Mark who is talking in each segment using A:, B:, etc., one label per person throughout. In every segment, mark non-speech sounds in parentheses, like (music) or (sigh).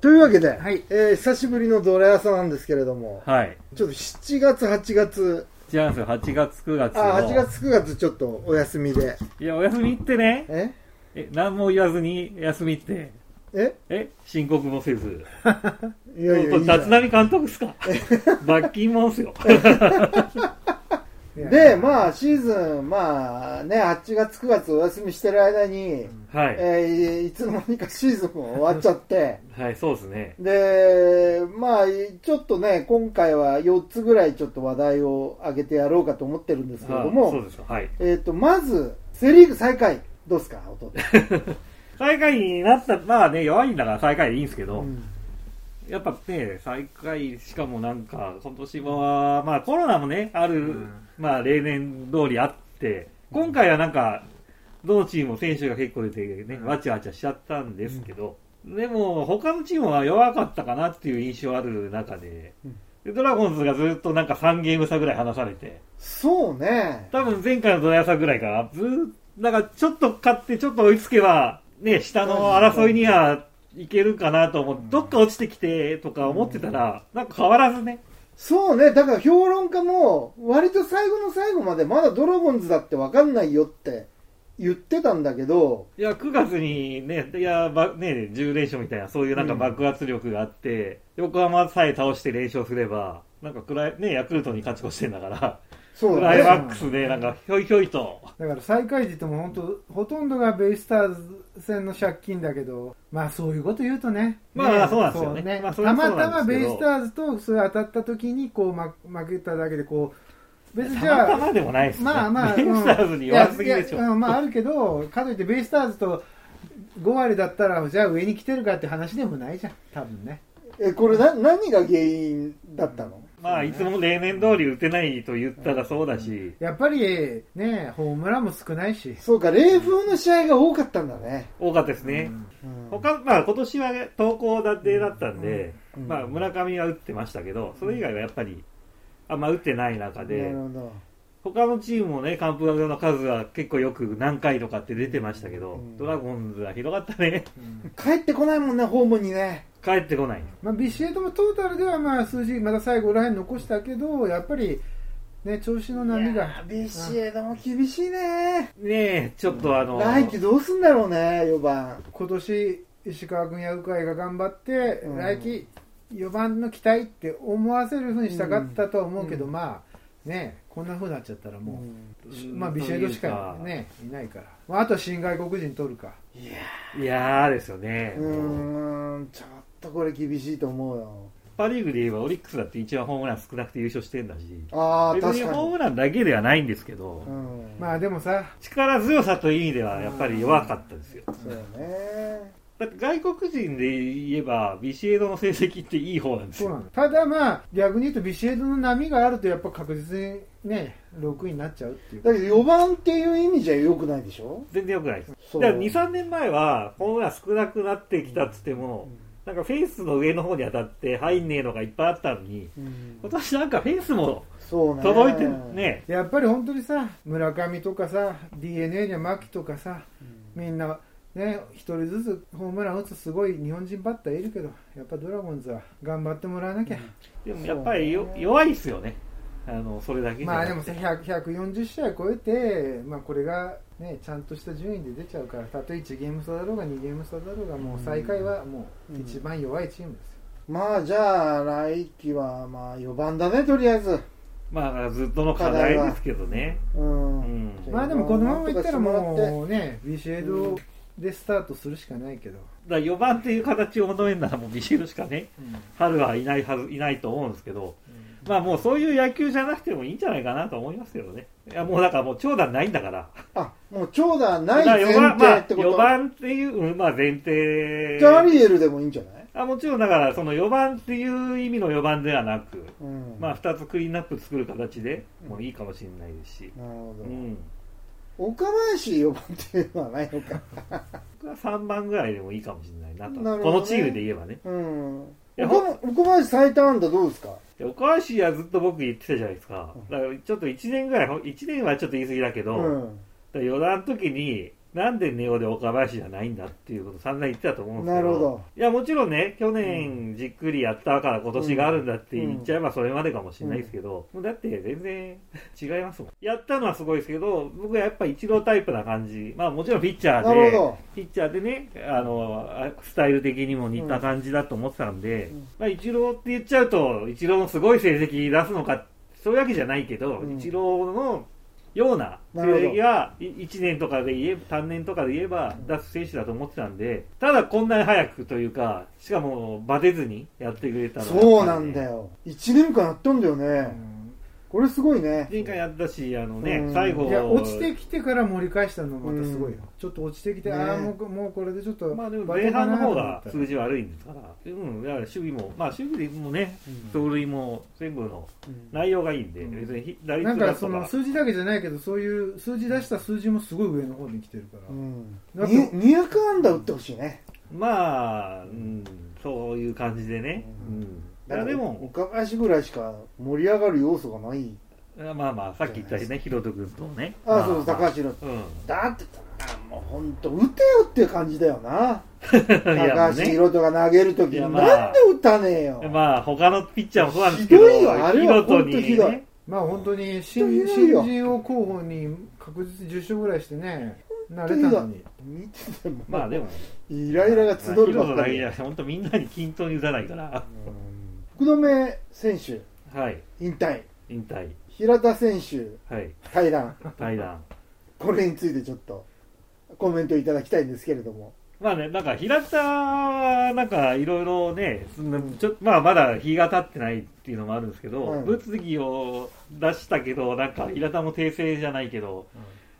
A: というわけで、
B: はい
A: えー久しぶりのドラ屋さんなんですけれども、
B: はい。
A: ちょっと7月、8月、
B: 違うんですよ。8月、9月
A: あ
B: の。
A: 8月、9月ちょっとお休みで、
B: いや、お休みってね、
A: え
B: え、何も言わずに休みって、
A: え
B: え、申告もせず。
A: いやいやいい
B: 立
A: じゃん
B: 浪監督っ
A: (laughs)
B: すか罰金もんっすよ。
A: で、まあ、シーズン、まあね、8月、9月お休みしてる間に、
B: はい。
A: えーいつの間にかシーズンも終わっちゃ
B: (laughs)
A: って、
B: はい、そうですね。
A: で、まあ、ちょっとね、今回は4つぐらいちょっと話題を上げてやろうかと思ってるんですけれど
B: あそ
A: も
B: う、ですよ。はい。
A: えっ、と、まず、セリーグ最下位、どうですか、
B: (laughs)
A: 弟。
B: 最下位になった、まあね、弱いんだから最下位でいいんですけど、
A: うん
B: やっぱね、最下位、しかもなんか、今年は、まあコロナもね、ある、
C: ん
B: まあ例年通りあって、今回はなんか、どのチームも選手が結構出てね、
C: うん
B: わちゃわちゃしちゃったんですけど、でも他のチームは弱かったかなっていう印象ある中で、
A: うん
B: でドラゴンズがずっとなんか3ゲーム差ぐらい離されて、
A: そうね。
B: 多分前回のドラヤ差ぐらいから、ずーっと、なんかちょっと勝ってちょっと追いつけば、ね、下の争いにはいけるかなと思って、
C: うん
B: どっか落ちてきてとか思ってたら、なんか変わらずね、
A: そうね。だから評論家も、割と最後の最後までまだドラゴンズだってわかんないよって言ってたんだけど、
B: いや、9月にね、いや、ばね、10連勝みたいな、そういうなんか
A: うん
B: 爆発力があって、横浜さえ倒して連勝すれば、なんかクライ、ね、ヤクルトに勝ち越してんだから、
A: そう
B: ク
A: だ
B: ライ
A: ね。
B: マックスでなんか、ひょいひょいと、
C: だから最下位って言っても本当ほとんどがベイスターズ戦の借金だけどまあそういうこと言うとね
B: まあ
C: ね
B: そうなんですよねまあそれ
C: た
B: はそう
C: ま
B: な
C: た
B: ん
C: ま
B: です
C: ベ
B: け
C: イ
B: ど
C: スターズとそれ当たった時にこうま負けただけでこう別に
B: た
C: じゃ
B: ま
C: あ
B: たまでもないですね。
C: まあまあ、
B: ベイスターズに弱すぎでしょ
C: いやいやうんまああるけど、かといってベイスターズと5割だったら、じゃあ上に来てるかって話でもないじゃん、多分ね。
A: え、これな、何が原因だったの
B: まあ、いつも例年通り打てないと言ったらそうだし、
C: やっぱりね、ホームランも少ないし、
A: そうか、冷風の試合が多かったんだね。
B: 多かったですね。
A: うん
B: 他、まあ、今年は投稿だてだったんで、
A: うん
B: まあ、村上は打ってましたけど、それ以外はやっぱり、あんま打ってない中
A: な
B: で
A: る、ほど。
B: 他のチームもね、完封の数は結構よく何回とかって出てましたけど、
A: うん
B: ドラゴンズは広がったね。 (laughs)
A: 帰ってこないもんね、ホームにね。
B: 帰ってこない。
C: まあ、ビシエドもトータルではまあ数字、また最後らへん残したけど、やっぱり、ね、調子の波
A: いや
C: が
A: ー、ビシエドも厳しいね。
B: ねえ、ちょっとあの、
A: 来季どうすんだろうね、4番。
C: 今年、石川君や鵜飼が頑張って、
A: うん
C: 来季4番の期待って思わせるふうにしたかったとは思うけど、
A: うん
C: まあ、ね、こんなふうになっちゃったらもう。
B: うん
C: まあ、ビシエドしか、ね、いないから、まあ、あとは新外国人取るか、
B: いやーですよね。
A: うーん、ちょっとこれ厳しいと思うよ。
B: パ・リーグで言えばオリックスだって一番ホームラン少なくて優勝してんだし、
A: ああ、
B: 別
A: 確
B: に
A: か
B: ホー
A: に。
B: ムランだけではないんですけど、
A: うん、
C: まあでもさ、
B: 力強さという意味ではやっぱり弱かったですよ。
A: そうね。
B: だって外国人で言えば、ビシエドの成績っていい方なんです
C: そうなの
B: よ。
C: ただまあ、逆に言うと、ビシエドの波があると、やっぱ確実にね、6位になっちゃうっていう
A: だけど4番っていう意味じゃ良くないでしょ
B: 全然良くないです。だ
A: そう
B: から2、3年前は、ホームラン少なくなってきたっつっても、なんかフェンスの上の方に当たって入んねえのがいっぱいあったのに、
A: うん
B: 今年なんかフェンスも
A: そうね。
B: 届いてね、
C: やっぱり本当にさ、村上とかさ、d n a には牧とかさ、
A: うん。
C: みんな、ね、一人ずつホームラン打つ、すごい日本人バッターいるけど、やっぱドラゴンズは頑張ってもらわなきゃ、
B: でもやっぱり
A: そ
B: よ
A: うね
B: 弱いですよね。あの、それだけじゃな
C: まあ
B: く
C: で
B: て
C: もさ100 140試合超えて、まあ、これが、ね、ちゃんとした順位で出ちゃうからたとえ1ゲーム差だろうが2ゲーム差だろうがもう最下位はも
A: う
C: うん一番弱いチームですよ、
A: まあじゃあ、来季はまあ4番だね、とりあえず。
B: まあずっとの課題ですけどね。
A: うん。
B: うん
A: うん
C: まあでもこのままいったら
A: なん
C: もうねビシエドでスタートするしかないけど、
B: だ4番っていう形を求めるならもうビシエドしかね、春はいないはず、いないと思うんですけど、まあもうそういう野球じゃなくてもいいんじゃないかなと思いますけどね。いやもうだからもう長打ないんだから。
A: あ、もう長打な
B: だ
A: い
B: から
A: 前
B: 4番、ま
A: 提
B: あ
A: ってこと。
B: 4番っていう、うんまあ前提。
A: じゃあ、アリエルでもいいんじゃない
B: あもちろんだからその4番っていう意味の4番ではなく、
A: うん。
B: まあ2つクリーンナップ作る形でもういいかもしれないですし。
A: なるほ
B: う
A: ど。
B: ん。
A: 岡林4番っていうのはないの
B: (laughs)
A: か。
B: 僕は3番ぐらいでもいいかもしれないなと。
A: なるほ
B: こ
A: どね
B: のチームで言えばね。
A: うん。
B: いや
A: 岡岡林最多安打どうですか
B: で岡林はずっと僕言ってたじゃないですか
A: うん。
B: だからちょっと1年ぐらい、1年はちょっと言い過ぎだけど、
A: うん。
B: だから四段の時になんでネオで岡林じゃないんだっていうこと散々言ってたと思うんです
A: な
B: けど
A: るほど
B: いやもちろんね去年じっくりやったから今年があるんだって言っちゃえばそれまでかもしれないですけど、もうだって全然違いますもんやったのはすごいですけど僕はやっぱ一郎タイプな感じまあもちろんピッチャー
A: なる
B: で
A: ほ
B: ピッチャーでねあのあスタイル的にも似た感じだと思ってたんで、
A: うん
B: まあ一郎って言っちゃうと一郎のすごい成績出すのかそういうわけじゃないけど、
A: うん
B: 一郎のような成
A: なるほど
B: 績が1年とかで言え単年とかで言えば出す選手だと思ってたんでただこんなに早くというかしかもバテずにやってくれた
A: ど
B: の
A: そうなんだ
B: よ
A: よ1年間やったんだよ
C: う
A: ね
C: ん
A: これすごいね
B: 前回やったしあのね、
A: うん
B: 最後
C: いや落ちてきてから盛り返したのがまたすごいよ、
A: うん
C: ちょっと落ちてきて、
A: ね
C: ああもうもうこれでちょっと
B: まあでも前半の方が
C: バテたなと思
B: 数
C: った
B: 字悪いんですから、うん、だから守備も、まあ守備でもね、盗塁も全部の
A: うん
B: 内容がいいんで、
A: うん
B: 別に打率だ
C: なん
B: とか
C: かその数字だけじゃないけどそういう数字出した数字もすごい上の方に来てるから、
A: うん
C: だって
A: に200安打打ってほしいね
B: まあ、うん、そういう感じでね、
A: う
B: うんん。いやでも、
A: 岡林ぐらいしか盛り上がる要素がない
B: まあまあ、さっき言ったしね、ヒロト君とね。
A: ああそう
B: まま
A: 高橋の
B: うん。 (laughs)
A: だってあもう本当打てよっていう感じだよな高橋
B: いや
A: 宏斗が投げるとき
B: いや
A: に
B: まあ
A: なんで打たねえよ、
B: ね、まあ、他のピッチャーもそうなんですけど、
A: ひどいよあれは
B: ヒロト
A: ほん
B: にね
A: とひどい
C: まあ本当に新
A: ひどいよ
C: 新人を候補に確実に10勝ぐらいしてね慣れたのに
A: 見てても
B: まあでも、
A: イライラが集る
B: まあヒロト
A: ばっ
B: だ
A: か
B: け
A: り
B: じゃなくて、本当みんなに均等に打たないから、
A: うん福留選手
B: はい、
A: 引退
B: 引退、
A: 平田選手
B: はい、
A: 退団
B: 対談。
A: これについてちょっとコメントいただきたいんですけれども
B: まあね、なんか平田は、なんかいろいろね、そんなちょまあまだ日が経ってないっていうのもあるんですけど、
A: うん
B: 物議を出したけど、なんか平田も訂正じゃないけど、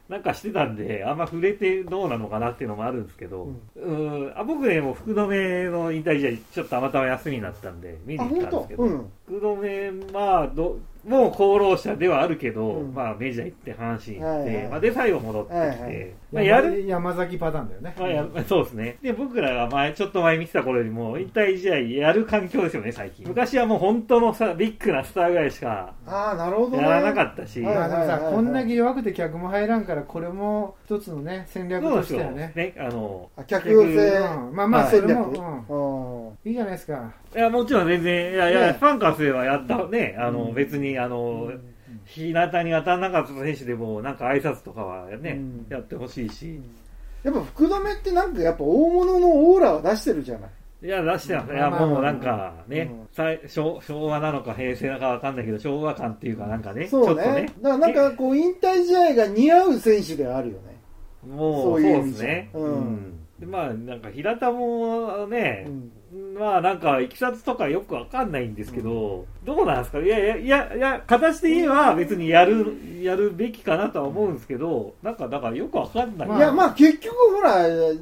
B: なんかしてたんで、あんま触れてどうなのかなっていうのもあるんですけど、
A: う
B: うんーんあ僕ね、もう福留の引退試合、ちょっとたまたま休みになったんで、見に
A: あ
B: 行ったんで
A: 本当
B: すけど、
A: うん
B: 福留、まあど、もう功労者ではあるけど、
A: うん
B: まあメジャー行って阪神行って、
A: はいはい
B: まあ、で、最後戻ってきて、
A: はいはい
B: まあ、やる
C: 山崎パターンだよね、
B: まあやそうですね。で、僕らが前、ちょっと前見てた頃よりも、引退試合やる環境ですよね、最近。昔はもう本当のさ、ビッグなスターぐらいしか
A: ああなるほど、ね、
B: やらなかったし、
A: はい
C: まあでも
A: はいはいは
C: さ
A: い
C: こんだけ弱くて客も入らんからこれも一つのね戦略
B: そうなん
C: と
B: で
C: し
B: す
C: て
B: よ。
C: よね
B: ね、あの、
A: あ客寄せ、
C: うんまあまあ
A: はい
C: それも、
A: 戦略
C: うん
A: うん
C: いいじゃないですか
B: いや、もちろん全然、いやいや、
A: ね
B: ファンからすればやった、ね、あの、別に、あの、日向に当たらなかった選手でも、なんか挨拶とかはね、
A: うん
B: やってほしいし、
A: やっぱ福留ってなんかやっぱ大物のオーラを出してるじゃない
B: いや、出してます。
C: うん
B: いや、
C: まあまあ
B: もうなんかね
A: うん、
B: さい昭昭和なのか平成なのかわかんないけど、昭和感っていうかなんかね、ち
A: そう
B: ょっと
A: ね
B: ね、
A: だからなんかこう引退試合が似合う選手ではあるよね
B: も、
A: そうういう
B: そ
A: 意
B: うで
A: 味
B: すね。
A: じゃんうん
B: で、まあ、なんか、平田もね
A: う、ん
B: まあ、なんか、いきさつとかよくわかんないんですけど、どうなんですかいやいや、いや、いや、形で言えば別にやる、やるべきかなとは思うんですけど、なんか、だからよくわかんない。
C: まあ
A: いやまあ結局ほら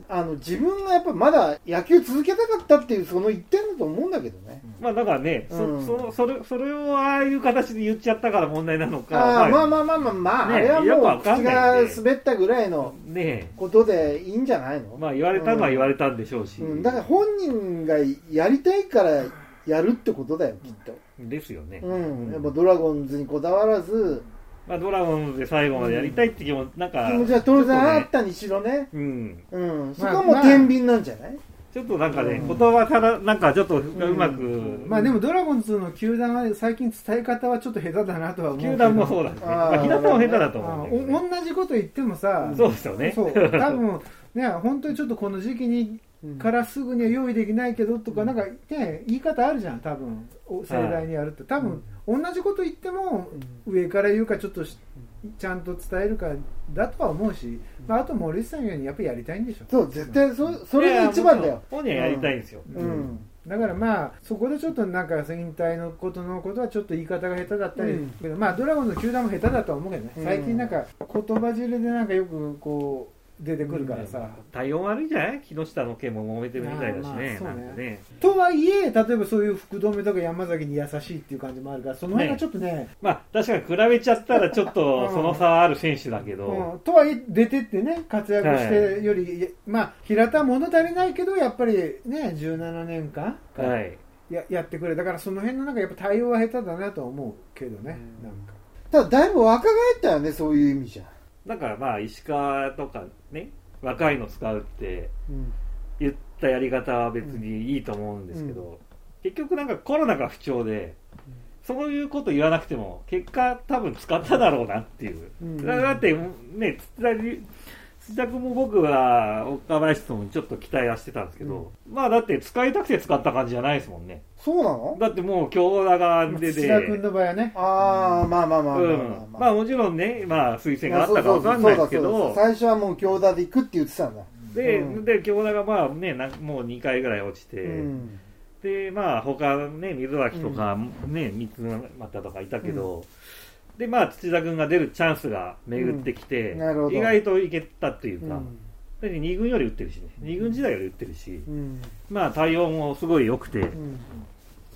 A: あの自分がやっぱまだ野球続けたかったっていうその一点だと思うんだけどね
B: まあ、だからね、そ、
A: うん
B: その、それ、それをああいう形で言っちゃったから問題なのか。
A: ああまあまあまあまあまあ、
B: ね
A: あれは
B: よく
A: も
B: わ
A: う
B: か
A: 口
B: んないん
A: が
B: で
A: 滑ったぐらいの
B: ね
A: ことでいいんじゃないの
B: え、まあ、言われたのは言われたんでしょうし。
A: うん、だから本人がやりたいからやるってことだよきっと
B: ですよね。
A: うん、やっ
B: ま
A: ぱドラゴンズにこだわらず、
B: あ、ドラゴンズで最後までやりたいって気も、なんか、
A: 気持ちは当
B: ちょっと
A: 然あ
B: ね
A: ったにしろね、
B: うん。
A: うん、そ
C: まあ
A: こはもう天秤なんじゃない、
B: ちょっとなんかね、
A: うん
B: 言葉から、なんかちょっとうまく、
A: うん
C: まあでもドラゴンズの球団は最近伝え方はちょっと下手だなとは思うけど
B: 球団もそうだしね。
A: あー
B: まあ、平田も下手だと
C: あ
B: 思うんだけどね、
C: お同じこと言ってもさ
B: そうですよね。
C: そう多分ね本当にちょっとこの時期に
A: うん
C: からすぐには用意できないけどとか、なんかね言い方あるじゃん多分お盛大にやるって多分、同じこと言っても
A: う
C: 上から言うかちょっとしちゃんと伝えるかだとは思うし、まあ、あと森内さんのようにやっぱりやりたいんでしょ
A: そう絶対そそれが一番だよ、
B: 本人はやりたいんですよ。
A: う
C: うん
A: ん
C: だからまあそこでちょっとなんか引退のことのことはちょっと言い方が下手だったり、
A: うん
C: けどまあドラゴンズの球団も下手だとは思うけどね、
A: うん
C: 最近なんか言葉汁でなんかよくこう出てくるからさ、
B: 対応悪いんじゃない木下の件も揉めてるみたいだしね。
C: まあまあそ
B: な
C: うね
B: んかね。
C: とはいえ例えばそういう福留とか山崎に優しいっていう感じもあるからその辺がちょっとね
B: まあ、確かに比べちゃったらちょっと
C: うん
B: その差ある選手だけど、
C: うん、とはいえ出てってね活躍してより、まあ平田は物足りないけどやっぱりね17年間
B: はい。
C: ややってくれだからその辺のなんかやっぱ対応は下手だなとは思うけどね、なんか
A: ただだいぶ若返ったよねそういう意味じゃ
B: だからまあ、石川とかね、若いの使うって
A: うん
B: 言ったやり方は別にいいと思うんですけど、結局なんかコロナが不調で、そういうこと言わなくても結果多分使っただろうなっていう、
A: うん
B: だだってね土田に土田君も僕は岡林さんもちょっと期待はしてたんですけど、まあだって使いたくて使った感じじゃないですもんね
A: そうなの
B: だってもう強打が出て
C: 土田君の場合はね
A: ああまあまあまあまあ
B: う
A: まあま
B: ん
A: あ
B: まあもちろんね、まあ、推薦があったかわかんないですけ
A: そうだそうだそうだ
B: ど、
A: 最初はもう強打で行くって言ってたんだ、
B: で、
A: うん
B: で、京田がまあね、なんもう2回ぐらい落ちて、
A: うん
B: で、まあ他ね、水脇とか、ね、三つ股とかいたけど、で、まあ土田君が出るチャンスが巡ってきて、
A: うんなるほど
B: 意外といけたっていう
A: う
B: か、だ
A: ん
B: って2軍より打ってるしね、2軍時代より打ってるし、
A: うん
B: まあ対応もすごい良くて、
A: うん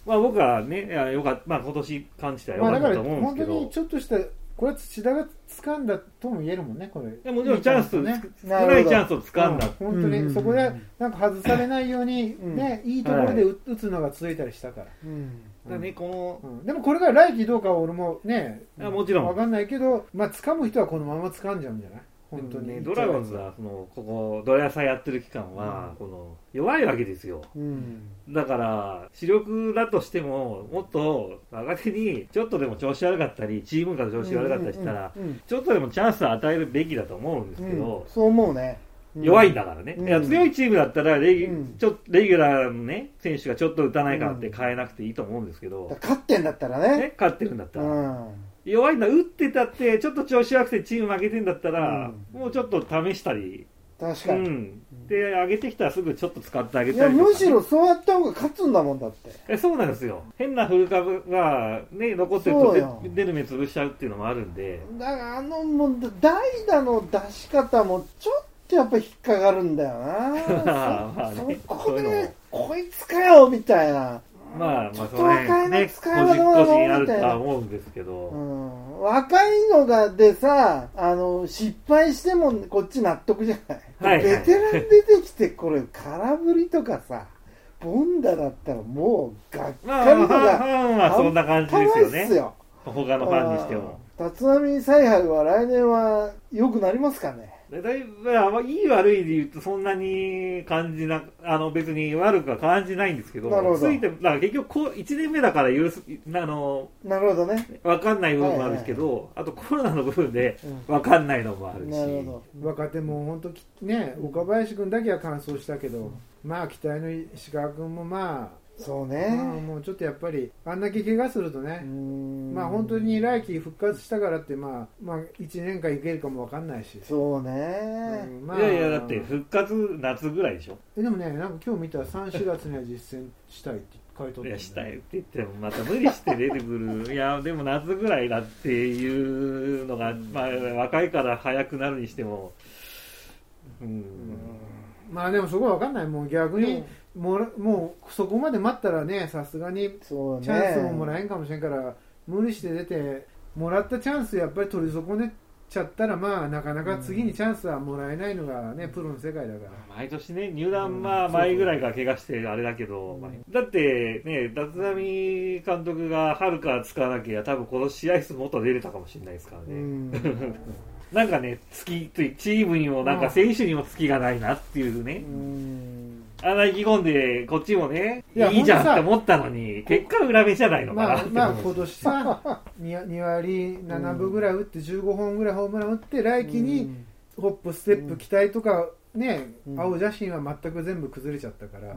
B: まあ僕はね、いやよかった、まあ今年感じたらよ
C: まあ
B: か
C: だ
B: っ
C: か
B: た
C: ら
B: と思うん
C: 本
B: です
C: 当
B: けど、
C: にちょっとしたこれは土田が掴んだとも言えるもんねこれ
B: いやもちろんチャンス、
C: ね
B: 少
A: なるほど
B: ないチャンスを掴んだ
C: う本当
A: うんうんうん
C: にそこでなんか外されないように
A: うん
C: ねいいところで打打つのが続いたりしたから
A: うん
B: だからね、こ
C: うんでもこれが来季どうかは俺もね
B: いやもちろん
C: 分かんないけどまあ掴む人はこのまま掴んじゃうんじゃない
B: の、
C: 本当
B: ね
C: に
B: ドラゴンズは、その、ここ、ドラ屋さんやってる期間は、この、弱いわけですよ。
A: うん
B: だから、主力だとしても、もっと、若手に、ちょっとでも調子悪かったり、チームが調子悪かったりしたら、
A: うんうん
B: ちょっとでもチャンスを与えるべきだと思うんですけ
A: うん
B: ど、
A: そう思うねうん
B: 弱いんだからね。
A: うん
B: いや強いチームだったらレギュ、
A: うん
B: ちょレギュラーのね、選手がちょっと打たないからって変えなくていいと思うんですけ
A: だ
B: ど、
A: から勝ってんだったらね
B: ね、勝ってるんだった
A: う
B: ら。
A: ん
B: 弱いんだ打ってたってちょっと調子悪くてチーム負けてんだったら、
A: う
B: もうちょっと試したり、
A: 確
B: う
A: かに、
B: ん、で上げてきたらすぐちょっと使ってあげ
A: い
B: た
A: や
B: りとか
A: むしろそうやった方が勝つんだもんだって
B: えそうなんですよ変なフル株が、ね、残ってる
A: そ
B: と
A: うよ
B: 出出る目潰しちゃうっていうのもあるんで
A: だからあのもう代打の出し方もちょっとやっぱ引っかかるんだよ
B: (laughs) ま
A: な
B: あ
A: そ
B: ね
A: そこで、
B: そういうのも
A: こいつかよみたいな、
B: まあまあ
A: ちょっと
B: その
A: 若い
B: 辺
A: の
B: ね
A: 使
B: 個
A: えばどうなの
B: 人個人あると
A: みたいな
B: は思うんですけど、
A: うん、若いのがでさあの失敗してもこっち納得じゃない、
B: はい
A: ベテラン出てきてこれ空振りとかさボンダだったらもうがっ
B: まあ、
A: かり
B: ま
A: と
B: あファンフ
A: か
B: ァンはそんな感じで
A: い
B: すよ
A: っ
B: ね
A: すよ
B: 他のファンにしても
A: あー立浪采配は来年は良くなりますかね
B: でだいぶあまあいい悪いで言うとそんなに感じなあの別に悪くは感じないんですけど
A: なるほど
B: ついてだから結局こう1年目だから許すあの
A: なるほどね、
B: 分かんない部分もあるんですけど、あとコロナの部分で
A: うん
B: 分かんないのもあるし
A: なるほ
C: 若手も本当きね岡林君だけは完走したけどまあ期待の石川君もまあ
A: どそう
C: まあ
A: ね
C: もうちょっとやっぱりあんだけ怪我するとねま
A: ま
C: あ本当に来季復活したからってまあまあ1年間いけるかもわかんないし
A: そうね、
C: うんまあ
B: いやいやだって復活夏ぐらいでしょ
C: えでもねなんか今日見たら34月には実践したいって書いてあ
B: い
C: ったんだよ
B: や
C: ね
B: したいって言ってもまた無理して出てくるいやでも夏ぐらいだっていうのが、まあ、若いから早くなるにしてもうん
C: まあでもそこはわかんないもう逆にもらもうそこまで待ったらねさすがに
A: そうね
C: チャンスをもらえんかもしれんから無理して出てもらったチャンスやっぱり取り損ねちゃったらまあなかなか次にチャンスはもらえないのがねプロの世界だから
B: 毎年ね、入団ま
C: う
B: あ
C: ん
B: 前ぐらいから怪我してあれだけど、まあだってね、立浪監督が春から使わなきゃ、多分この試合数もっと出れたかもしれないですからね。
A: うん
B: なんかね、月という、チームにもなんか選手にも月がないなっていう
A: う
B: ね。
A: ん
B: あんな意気込んで、こっちもね、
C: いや
B: いいじゃん
C: ほ
B: っ
C: んと
B: て
C: さ
B: 思ったのに、結果裏目じゃないのかな
C: ま
B: っ
C: あ
B: て思う
C: まあ今年さ 2, 割7分ぐらい打って15本ぐらいホームラン打って来季
A: う
C: に
A: ん
C: ホップステップ期待とかね、
A: うん
C: 青写真は全く全部崩れちゃったから、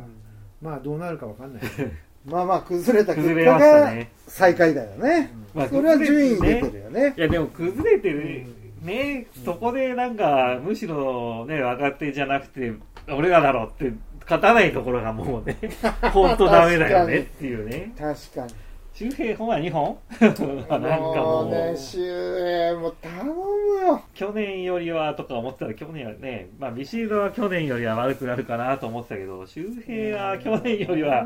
C: まあどうなるかわかんない
A: (laughs) まあまあ崩れた結
B: 崩れ
A: 果
B: ました
A: が
B: ね。
A: 最下位だよね、
B: まあ
A: それは順位に出
B: ね
A: てるよね
B: いやでも崩れてるね、そこでなんかむしろね若手じゃなくて俺らだろうって勝たないところがもうね (laughs) 本当ダメだよねっていうね
A: 確かに
B: 周平本は2本 (laughs) なんか
A: も
B: もう
A: うね周平もう頼むよ
B: 去年よりはとか思ってたら去年はねまあビシードは去年よりは悪くなるかなと思ってたけど周平は去年よりは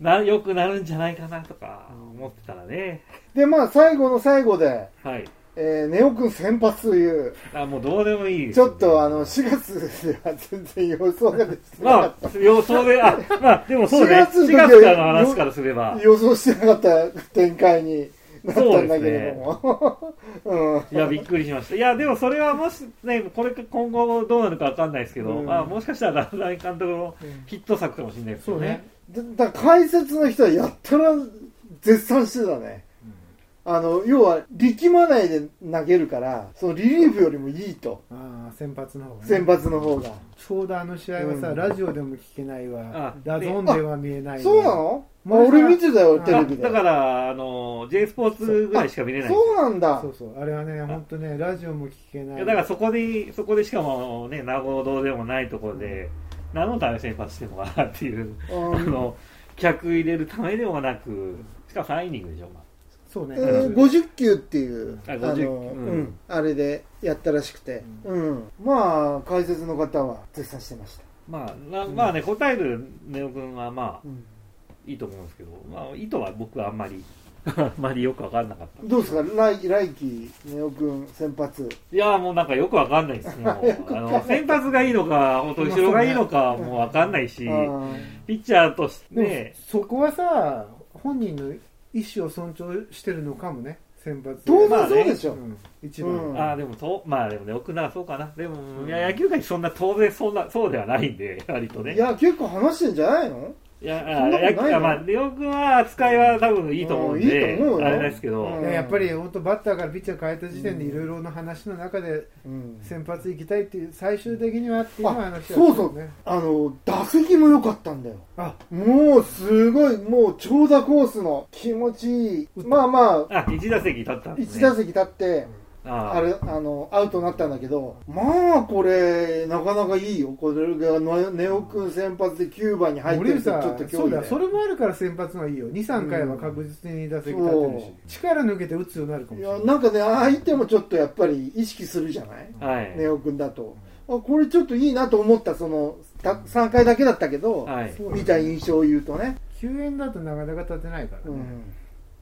B: な良くなるんじゃないかなとか思ってたらね
A: でまあ最後の最後で、
B: はい
A: えー、ネオ君先発という
B: あもうどうでもいいです
A: ち
B: よ
A: ょっとあの4月では全然予想ができてなかっ
B: まあ、予想
A: (laughs)
B: で、あ、まあ、でもそうね、
A: 4
B: 4
A: 月
B: 月
A: の時は
B: からの話からすれば
A: た、予想してなかった展開になったんだけれども。 (laughs) うん
B: いや、びっくりしました。いや、でもそれはもしね、これか今後どうなるかわかんないですけど、
A: うん
B: まあ、もしかしたらラブライ監督のヒット作かもしれないです
C: そ
B: よ
C: う
B: ね
C: ね。
A: だだから解説の人はやったら絶賛してたね。あの、要は力まないで投げるから、そのリリーフよりもいいと。
C: ああ先発の方がね
A: 先発の方が。
C: ちょうどあの試合はさ、
A: うん
C: ラジオでも聞けない
B: あ
C: わダゾーンでは見えないわ
A: そうなの、まあ、
C: 森さ
A: 俺
C: ん
A: 見てたよ、テレ
B: あ
A: ビで。
B: だから、あの、J スポーツぐらいしか見れないです
A: そうなんだ
C: そ。うそうあれはね本当ねラジオも聞けない
B: いやだからそこで、そこでしかもね、名護堂でもないところで、何のために先発してるのかなっていう、
A: うん
B: あの、客入れるためでもなく、しかも3イニングでしょ、ま
C: そうね、
A: えー、50球っていう、
B: あ
A: あ
B: 50
A: の、
B: 球
A: うん
B: うん
A: あれでやったらしくて、うん、まあ、解説の方は絶賛してました。
B: あ。まあ、なまあね、答えるネオ君はま
A: う
B: あ、
A: ん
B: いいと思うんですけど、まあ、意図は僕はあんま
A: (laughs)
B: り、あんまりよくわかんなかった。
A: どうですか、来来季、ネオ君先発。
B: いやーもうなんかよくわかんないですね。もうあ
A: (laughs)
B: の先発がいいのか、本当後ろがいいのか、もうわかんないし
A: あ、ー
B: ピッチャーとして
C: で
B: ね、
C: もそこはさ本人の意思を尊重してるのかもね先発で
A: 当
B: まあ
A: 然そうでしょ。
C: うん一番、
A: うん
B: ああ、でもそう、まあでもね、奥ならそうかな。でも、
C: うん
B: いや野球界そんな当然そんな、そうではないんで、割とね。
A: いや、結構話してんじゃないの
B: いや、
A: そんなことないよ
B: 野球界まあ、レオ君は扱いは多分いいと思うんで、
A: うんいいと思うよ
B: あれですけど、
A: うん
C: いややっぱり本当バッターからピッチャー変えた時点でいろいろな話の中で
A: うん
C: 先発行きたいっていう最終的にはっていうのは話は
A: あそうそう
C: ね
A: あの、打席も良かったんだよ。
C: あ
A: もう、すごい、もう、長打コースの気持ちいい。まあまあ、
B: あ、1打席立ったんです
A: 1
B: ね。
A: 打席立って、
B: あ
A: あれ、あの、アウトになったんだけど、まあ、これ、なかなかいいよ。これが、のネオ君先発で9番に入って
C: 森
A: る
C: 内
A: とちょ
C: さ
A: っと
C: んそ
A: 興
C: う
A: 味
C: だそれもあるから先発のはいいよ23回は確実に打席立ってるし、
A: うん
C: 力抜けて打つようになるかも
A: い
C: しれな
A: や、
C: い
A: なんかね、相手もちょっとやっぱり意識するじゃない
B: はい。
A: ネオ君だと。あ、これちょっといいなと思った、その、た3回だけだったけど、
B: はい。
C: そう
A: 見た印象を言うとね。
C: 救援だとなかなか立てないから
A: う
C: ね、
A: ん。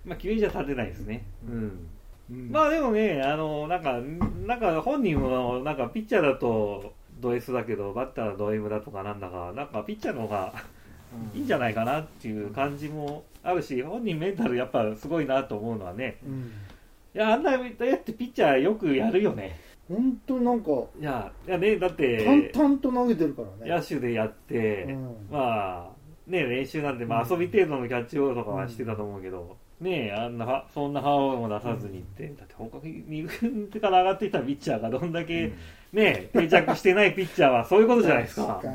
B: まあ、急にじゃ立てないですね。うん
C: うん
B: まあでもね、あの、なんか、なんか本人も、なんかピッチャーだとド S だけど、バッターはド M だとかなんだか、なんかピッチャーの方がいいんじゃないかなっていう感じもあるし、本人メンタルやっぱすごいなと思うのはね、
A: うん。
B: いや、あんなやってピッチャーよくやるよね。
A: 本当になんか、
B: いや、いやね、だって、
A: 淡々と投げてるからね。
B: 野手でやって、
A: うん
B: まあ、ね、練習なんで、まあ遊び程度のキャッチボールとかはしてたと思うけど、ねあんなは、そんな歯をも出さずにって、だって他に二軍から上がってきたピッチャーがどんだけ、ね、定着してないピッチャーはそういうことじゃないです (laughs) か
A: 確。に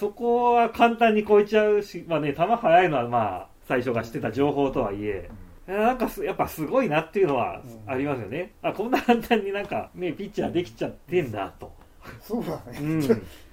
B: そこは簡単に超えちゃうし、まあね、球速いのはまあ、最初が知ってた情報とはいえ、なんかす、やっぱすごいなっていうのはありますよね。あ、こんな簡単になんか、ね、ピッチャーできちゃってんだと。
A: そうだね。
B: うん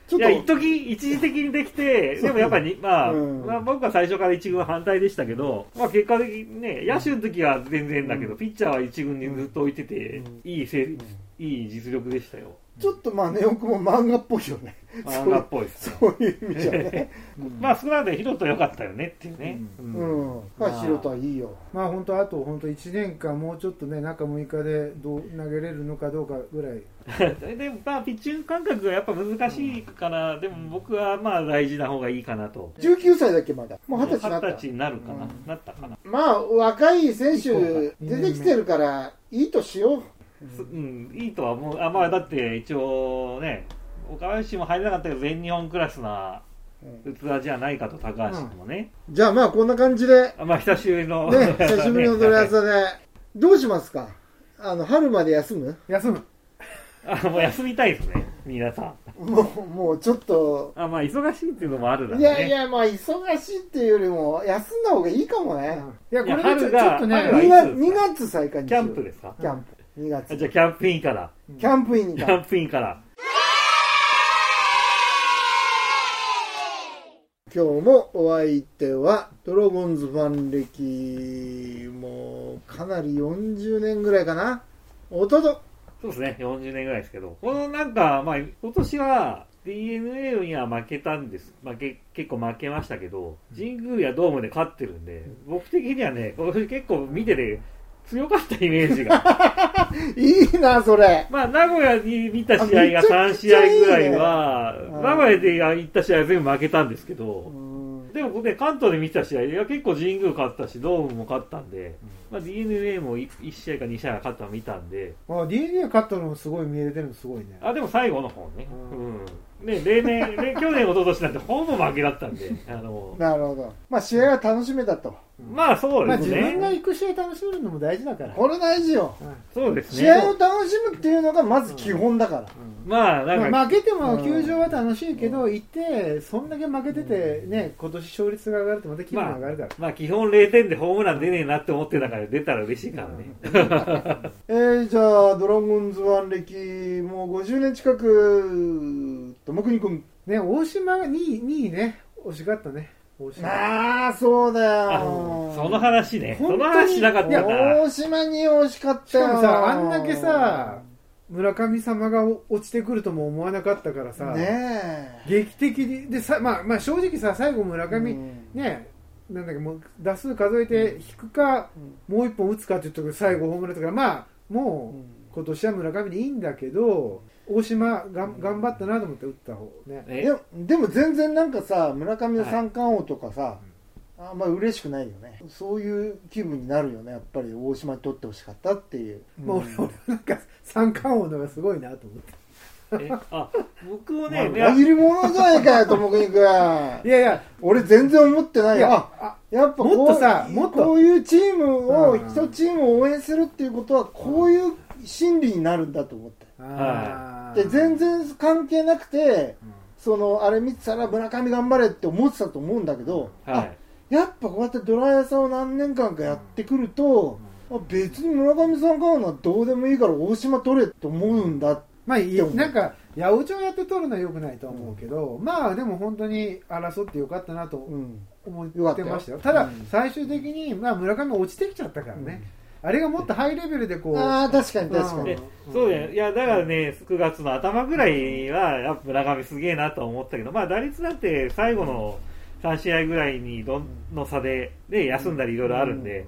A: ちょちょ
B: いや、
A: っ
B: 一
A: と、
B: 時一時的にできて、でもやっぱり、まあ、
A: うん
B: まあ僕は最初から一軍は反対でしたけど、まあ結果的にね、野手の時は全然だけど、ピッチャーは一軍にずっと置いてて、
A: うん
B: いいせい
A: うん
B: い実力でしたよ。
A: ちょっとまあ、ネオ君も漫画っぽいよね。 (laughs)
B: 漫画っぽいですね。
A: そういう意味じゃね。
C: う
B: (laughs)
C: ん
B: まあ少なくともヒロト良かったよねっていうね。うん
A: うん。まあ、素人はいいよ。
C: まあ本当あと本当1年間もうちょっとね中6日でどう投げれるのかどうかぐらい
B: でまあ、ピッチング感覚がやっぱ難しいかな、でも僕はまあ大事な方がいいかなと。
A: 19歳だっけ、まだ。もう20歳になった
B: 20。歳になるかな、
A: うん
B: なったかな、
A: まあ、若い選手
C: そう
A: 出
C: か
A: てきてるから、いいとしよう。
B: すうん、いいとは思う、あまあ、だって一応ね、岡林も入れなかったけど、全日本クラスな
A: うん
B: 器じゃないかと、高橋もね、
A: じゃあまあ、こんな感じ (laughs) で、
B: あまあ、久しぶりの、
A: ね、久しぶりのドラ
B: ね
A: 朝で、どうしますかあの、春まで休む
C: 休む
B: (laughs) あもう休みたいですね、皆さん。
A: もう、もうちょっと、
B: あまあ、忙しいっていうのもあるだろう
A: い
B: ね。
A: やいや、まあ、忙しいっていうよりも、休んだ方がいいかもね。
C: いやこれでちょ
B: いや春が
C: ちょっと
B: 春が
A: 2
B: い
C: ね
B: い
A: 月 ,2 月再開にし
B: キ
A: よう
B: ャンプですか
A: キャンプ。2
B: あ
A: 月。
B: じゃあ、キャンプインから、
A: キャンプイン
B: キ
A: に
B: ャンプインから。
A: 今日もお相手はドラゴンズファン歴もうかなり40年ぐらいかな弟と
B: そうですね、40年ぐらいですけど、このなんか、まあ、今年は DNA には負けたんです、負け結構負けましたけど、神宮やドームで勝ってるんで、僕的にはね、これ結構見てて、強かったイメージが。 (laughs)
A: いいなそれ
B: まあ、名古屋に見た試合が
A: あめ
B: 3
A: ちゃく
B: 試
A: ちゃ
B: 合
A: いいね
B: ぐらいは、
A: うん
B: 名古屋で行った試合は全部負けたんですけど、でもね、関東で見てた試合、いや結構神宮勝ったし、ドームも勝ったんで、まあ、DNA もい1試合か2試合勝ったの見たんで、
C: あ DNA が勝ったのもすごい見えてるのすごいね
B: あでも最後の方ね、
C: う
B: うんね例年、 (laughs) ね、去年、一昨年なんてほぼ負けだったんで、あの
A: なるほど。まあ試合は楽しめだと。
B: まあそう
C: ま
B: で
C: あ
B: す
C: 自
B: ね、
C: 分が行く試合楽しめるのも大事だから
A: これ大事よ。
C: うん
B: そうです
A: 試合を
B: ね、
A: 楽しむっていうのがまず基本だから。
B: まあなんか、
C: まあ負けても球場は楽しいけど、行って、そんだけ負けてて、ね、今年勝率が上がるとまた気分が上がるから、
B: まあ基本0点でホームラン出ねえなって思ってたから出たら嬉しいからね。
A: えー、じゃあ、ドラゴンズワン歴、もう50年近く、ともくにくん。
C: ね、大島が2位、2位ね、惜しかったね、大島。
A: ああ、そうだ
B: あ
A: よ。
B: (laughs) その話ね。そ
C: 本当に
B: の話しなかったな。
A: 大島に惜しかっ
C: した
A: よ。
C: かもさ、あんだけさ、村神様が落ちてくるとも思わなかったからさ、
A: ねえ。
C: 劇的に、でさまあ、まあ正直さ、最後、村上、
A: うん
C: ね、なんだっけ、もう打数数えて引くか、もう一本打つかっていうところ最後、ホームランとか、まあ、もう。今年は村上でいいんだけど大島がん頑張ったなと思って打った方ね
A: で
B: え
A: もでも全然なんかさ村上の三冠王とかさ、あんま嬉しくないよねそういう気分になるよねやっぱり大島に取ってほしかったっていう、
C: もう俺俺なんか三冠王のがすごいなと思って
B: えあ、僕も
A: まあ
B: ね、いや
A: 裏切り者じゃないかよともくにく
C: い
A: ん
C: やいや
A: 俺全然思ってない
C: い
A: よ
C: や
A: あ
C: あ
A: やっぱこう
C: もっとさもっと
A: こういうチームを
C: うん
A: 一チームを応援するっていうことはこういう心理になるんだと思って
C: あー
A: で全
C: うん
A: 然関係なくてそのあれ見てたら村上頑張れって思ってたと思うんだけど、
B: は
A: あ
B: い。
A: やっぱこうやってドラ屋さんを何年間かやってくると、あ別に村上さん買うのはどうでもいいから大島取れと思うんだ
C: まあいい
A: でも
C: なんか八百長やって取るのはよくないとは思うけど、まあでも本当に争ってよかったなと
A: うん
C: 思っ
A: よかってたよ
C: ましたよただ、
A: うん
C: 最終的に、まあ、村上落ちてきちゃったからね、あれがもっとハイレベルでこう
A: ああ確かに確か
C: うん
A: に
B: で (laughs) そうだよ。いや、だからね、9月の頭ぐらいは、やっぱ村上すげえなとは思ったけど、まあ打率だって最後の3試合ぐらいにどんの差で、ね、休んだりいろいろあるんで、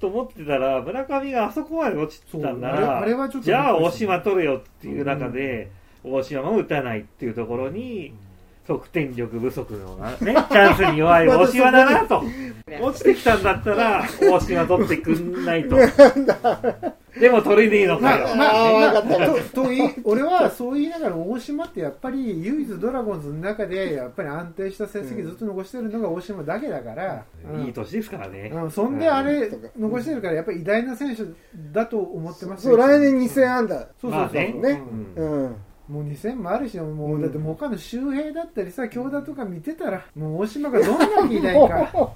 B: と思ってたら、村上があそこまで落ちてたんな
C: そう
B: ら
C: あれあれはちょ、っと
B: じゃあ大島取れよっていう中で、大島も打たないっていうところに、得点力不足のな、ね、チャンスに弱い大島だなと。落ちてきたんだったら、大島取ってくんないと。でも取れねえのか
C: まあ、
B: よ。
C: ま
A: あー
C: あ、ま
A: わ
C: あ、
A: かった
C: とと
A: (laughs)
C: 言い俺はそう言いながら大島ってやっぱり唯一ドラゴンズの中でやっぱり安定した成績ずっと残してるのが大島だけだから、うん
B: いい年ですからね。
C: うんそんであれ
A: うん
C: 残してるからやっぱり偉大な選手だと思ってます
A: そう来年2000安打
C: そうそうそう、
B: まあね
C: うん
A: ね
B: うん
A: うん
C: もう2000もあるしもう、
A: うん
C: だってもう他の周平だったりさ京田とか見てたらもう大島がどんなに偉
A: (laughs)
C: 大か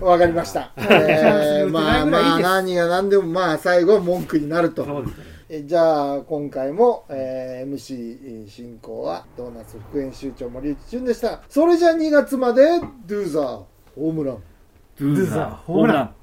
A: わかりました、えー、まあまあ何が何でもまあ最後は文句になる
B: そ
A: と
B: うですね。
A: えじゃあ今回も、えー MC 進行はドーナツ復縁集長森内潤でしたそれじゃあ2月までドゥーザーホームラン
B: ド
C: ゥーザーホームラン